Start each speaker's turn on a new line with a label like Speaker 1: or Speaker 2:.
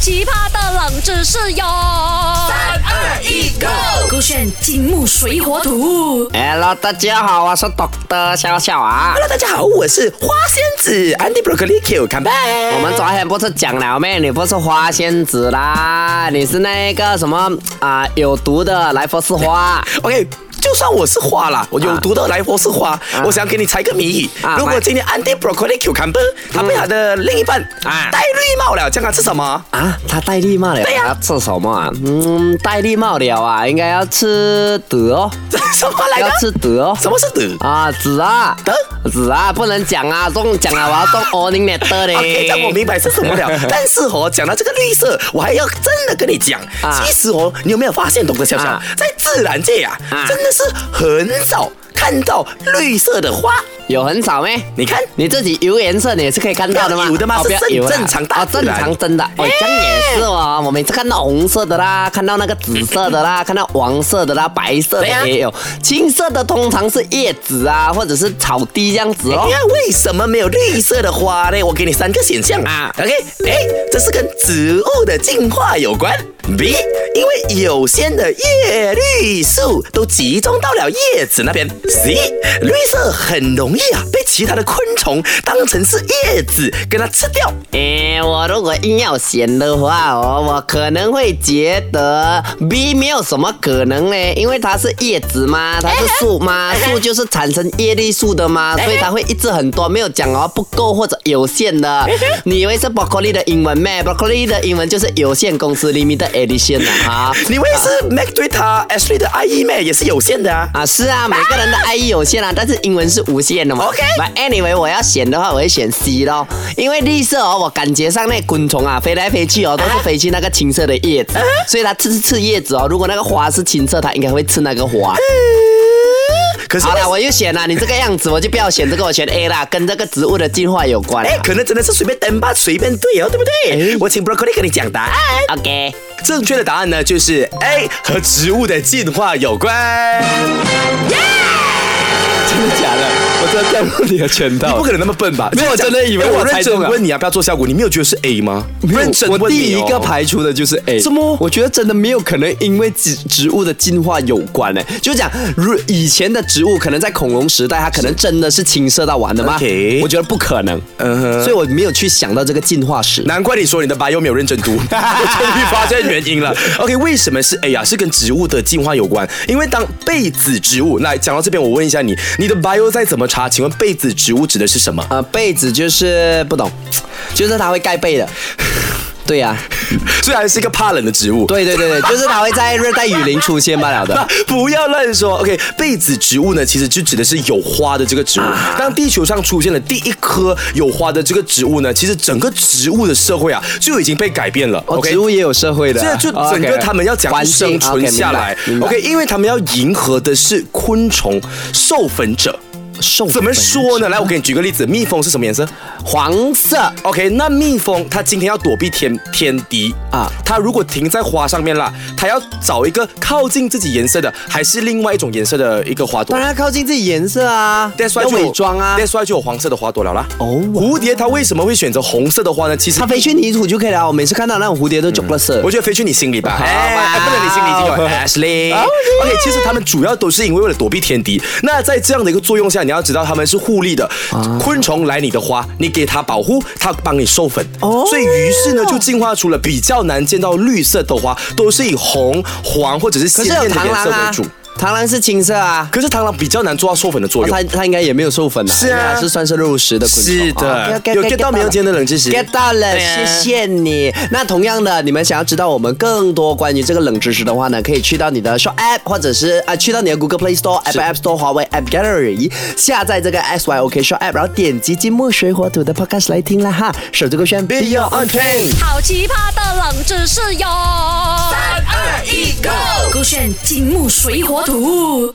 Speaker 1: 奇葩的冷知识哟！三
Speaker 2: 二一，Go！
Speaker 1: 勾选金木水火土。
Speaker 3: Hello，大家好，我是 Doctor 笑笑啊。
Speaker 2: Hello，大家好，我是花仙子 Andy Broccoli Q，come back。
Speaker 3: 我们昨天不是讲了咩？你不是花仙子啦，你是那个什么啊、有毒的莱佛士花。
Speaker 2: OK。就算我是花啦，我有毒的来佛是花，我想给你猜个谜语。
Speaker 3: 啊
Speaker 2: 如果
Speaker 3: 快
Speaker 2: 今天 Andy Broccoli Cucumber 他被他的另一半
Speaker 3: 啊
Speaker 2: 戴绿帽了，这样他吃什么？
Speaker 3: 啊，他戴绿帽了，
Speaker 2: 对呀
Speaker 3: 他吃什么啊？嗯，戴绿帽了啊，应该要吃德哦，
Speaker 2: 什么啊来
Speaker 3: 要
Speaker 2: 的？
Speaker 3: 吃德哦。
Speaker 2: 什么是的？
Speaker 3: 啊，子啊，
Speaker 2: 德
Speaker 3: 子啊，不能讲啊，中讲了我要中欧宁的 德嘞。
Speaker 2: OK，这样我明白是什么 了。但是哦，讲到这个绿色，我还要真的跟你讲，
Speaker 3: 啊
Speaker 2: 其实哦，你有没有发现，懂得小小
Speaker 3: 啊，
Speaker 2: 在自然界呀
Speaker 3: 啊，
Speaker 2: 真的是很少看到绿色的花。
Speaker 3: 有很少咩？
Speaker 2: 你看，
Speaker 3: 你自己油颜色你也是可以看到的吗？
Speaker 2: 要油的吗
Speaker 3: 哦
Speaker 2: 是
Speaker 3: 不要
Speaker 2: 正
Speaker 3: 油啦
Speaker 2: 正常大
Speaker 3: 哦，
Speaker 2: 自
Speaker 3: 正
Speaker 2: 然哎
Speaker 3: 常真的。哦，这样也是哦。我每次看到红色的啦，看到那个紫色的啦，看到黄色的啦，白色的
Speaker 2: 哎对啊
Speaker 3: 也有，青色的通常是叶子啊，或者是草地这样子哦
Speaker 2: 你。看哎为什么没有绿色的花呢？我给你三个选项啊
Speaker 3: 啊。
Speaker 2: OK，A，这是跟植物的进化有关。B，因为有限的叶绿素都集中到了叶子那边。C，绿色很容易啊被其他的昆虫当成是叶子跟它吃掉。
Speaker 3: 诶，哎我如果硬要选的话哦，我可能会觉得 B 没有什么可能嘞，因为它是叶子嘛，它是树嘛，树就是产生叶绿素的嘛，所以它会一直很多，没有讲哦不够或者有限的。你以为是 broccoli 的英文咩？broccoli 的英文就是有限公司 limited edition 啊哈。
Speaker 2: 你为是 Mac 对他 Ashley 的爱意咩也是有限的啊。
Speaker 3: 啊，是啊，每个人的爱意有限啊，但是英文是无限的嘛。
Speaker 2: OK
Speaker 3: But anyway，我要选的话，我会选 C 咯，因为绿色哦，我感觉上那昆虫啊飞来飞去哦，都是飞去那个青色的叶子，所以它吃吃叶子哦。如果那个花是青色，它应该会吃那个花。
Speaker 2: 可是
Speaker 3: 嗯好
Speaker 2: 为什
Speaker 3: 了，我又选啊了，你这个样子我就不要选这个，我选 A 啦，跟这个植物的进化有关啊。
Speaker 2: 哎，可能真的是随便登吧，随便对哦，对不
Speaker 3: 哎
Speaker 2: 对？我请 Broccoli 跟你讲答案。
Speaker 3: OK，
Speaker 2: 正确的答案呢，就是 A 和植物的进化有关。
Speaker 4: 真的假的？我真的掉入你的圈
Speaker 2: 你
Speaker 4: 套
Speaker 2: 不可。能那么笨吧？
Speaker 4: 没有我真的以为
Speaker 2: 哎我
Speaker 4: 我
Speaker 2: 认
Speaker 4: 猜
Speaker 2: 真
Speaker 4: 中了
Speaker 2: 问你啊，不要做效果，你没有觉得是 A 吗？
Speaker 4: 没有
Speaker 2: 认真
Speaker 4: 我
Speaker 2: 问你哦
Speaker 4: 第一个排除的就是 A，
Speaker 2: 什么
Speaker 4: 我觉得真的没有可能，因为植植物的进化有关呢。就讲如以前的植物，可能在恐龙时代，它可能真的是青色到完的吗
Speaker 2: OK
Speaker 4: 我觉得不可能，
Speaker 2: 嗯哼
Speaker 4: 所以我没有去想到这个进化史。
Speaker 2: 难怪你说你的 bio 没有认真读，我终于发现原因 了。OK，为什么是 A 啊？是跟植物的进化有关，因为当被子植物来讲到这边，我问一下你，你的 bio 再怎么查，请问被子植物指的是什么？
Speaker 4: 呃，被子就是不懂，就是它会盖被 的。对呀、
Speaker 2: 虽然是一个怕冷的植物，
Speaker 4: 对对对对，就是它会在热带雨林出现罢了的。
Speaker 2: 不要乱说。OK，被子植物呢，其实就指的是有花的这个植物。
Speaker 4: 啊
Speaker 2: 当地球上出现了第一棵有花的这个植物呢，其实整个植物的社会啊就已经被改变了。
Speaker 4: 哦，
Speaker 2: OK，
Speaker 4: 植物也有社会的
Speaker 2: 这
Speaker 4: 啊，
Speaker 2: 就
Speaker 4: 哦
Speaker 2: 整个
Speaker 4: OK，
Speaker 2: 他们要讲
Speaker 4: 环境哦
Speaker 2: 生存下来
Speaker 4: OK，明白明白
Speaker 2: ，OK，因为他们要迎合的是昆虫授粉者。
Speaker 4: 授粉
Speaker 2: 怎么说呢？来，我给你举个例子，蜜蜂是什么颜色？
Speaker 4: 黄色
Speaker 2: OK，那蜜蜂它今天要躲避天天敌啊
Speaker 4: 啊，
Speaker 2: 它如果停在花上面啦，它要找一个靠近自己颜色的，还是另外一种颜色的一个花朵
Speaker 4: 当？然要靠近自己颜色啊，
Speaker 2: That's why
Speaker 4: 要
Speaker 2: 就有
Speaker 4: 伪装啊
Speaker 2: That's。why 就有黄色的花朵了啦。
Speaker 4: 哦
Speaker 2: 蝴蝶它为什么会选择红色的花呢？其实
Speaker 4: 它飞去泥土就可以了。我每次看到那种蝴蝶都着了色。
Speaker 2: 我觉得飞去你心里吧，哎，
Speaker 4: 哇
Speaker 2: 哎不能你心里已经有 Ashley。OK，其实他们主要都是因为为了躲避天敌。那在这样的一个作用下，你要知道他们是互利的，
Speaker 4: 啊
Speaker 2: 昆虫来你的花，你给它保护，它帮你授粉。
Speaker 4: 哦
Speaker 2: 所以于是呢，就进化出了比较难见到绿色的花，都是以红、黄或者是
Speaker 4: 可
Speaker 2: 鲜
Speaker 4: 是
Speaker 2: 艳
Speaker 4: 有
Speaker 2: 的
Speaker 4: 螳
Speaker 2: 颜
Speaker 4: 螂
Speaker 2: 色为
Speaker 4: 啊
Speaker 2: 主。，
Speaker 4: 螳螂是青色啊。
Speaker 2: 可是螳螂比较难做到授粉的作
Speaker 4: 哦
Speaker 2: 用。
Speaker 4: 它它应该也没有授粉的，
Speaker 2: 是啊
Speaker 4: 因为它是算是肉食的昆虫。
Speaker 2: 是的
Speaker 4: 哦，OK，OK，
Speaker 2: 有
Speaker 4: OK，
Speaker 2: get 到没有今天的冷知识
Speaker 4: ？get 到了，
Speaker 2: 对啊
Speaker 4: 谢谢你。那同样的，你们想要知道我们更多关于这个冷知识的话呢，可以去到你的 Shop App，或者是啊，去到你的 Google Play Store、Apple App Store、华为 App Gallery 下载这个 SYOK Shop App，然后点击金木水火土的 Podcast 来听啦哈。手机勾选 Be Your Own Train。
Speaker 1: 好奇葩的冷知识哟！三二一，Go！勾选金木水火土。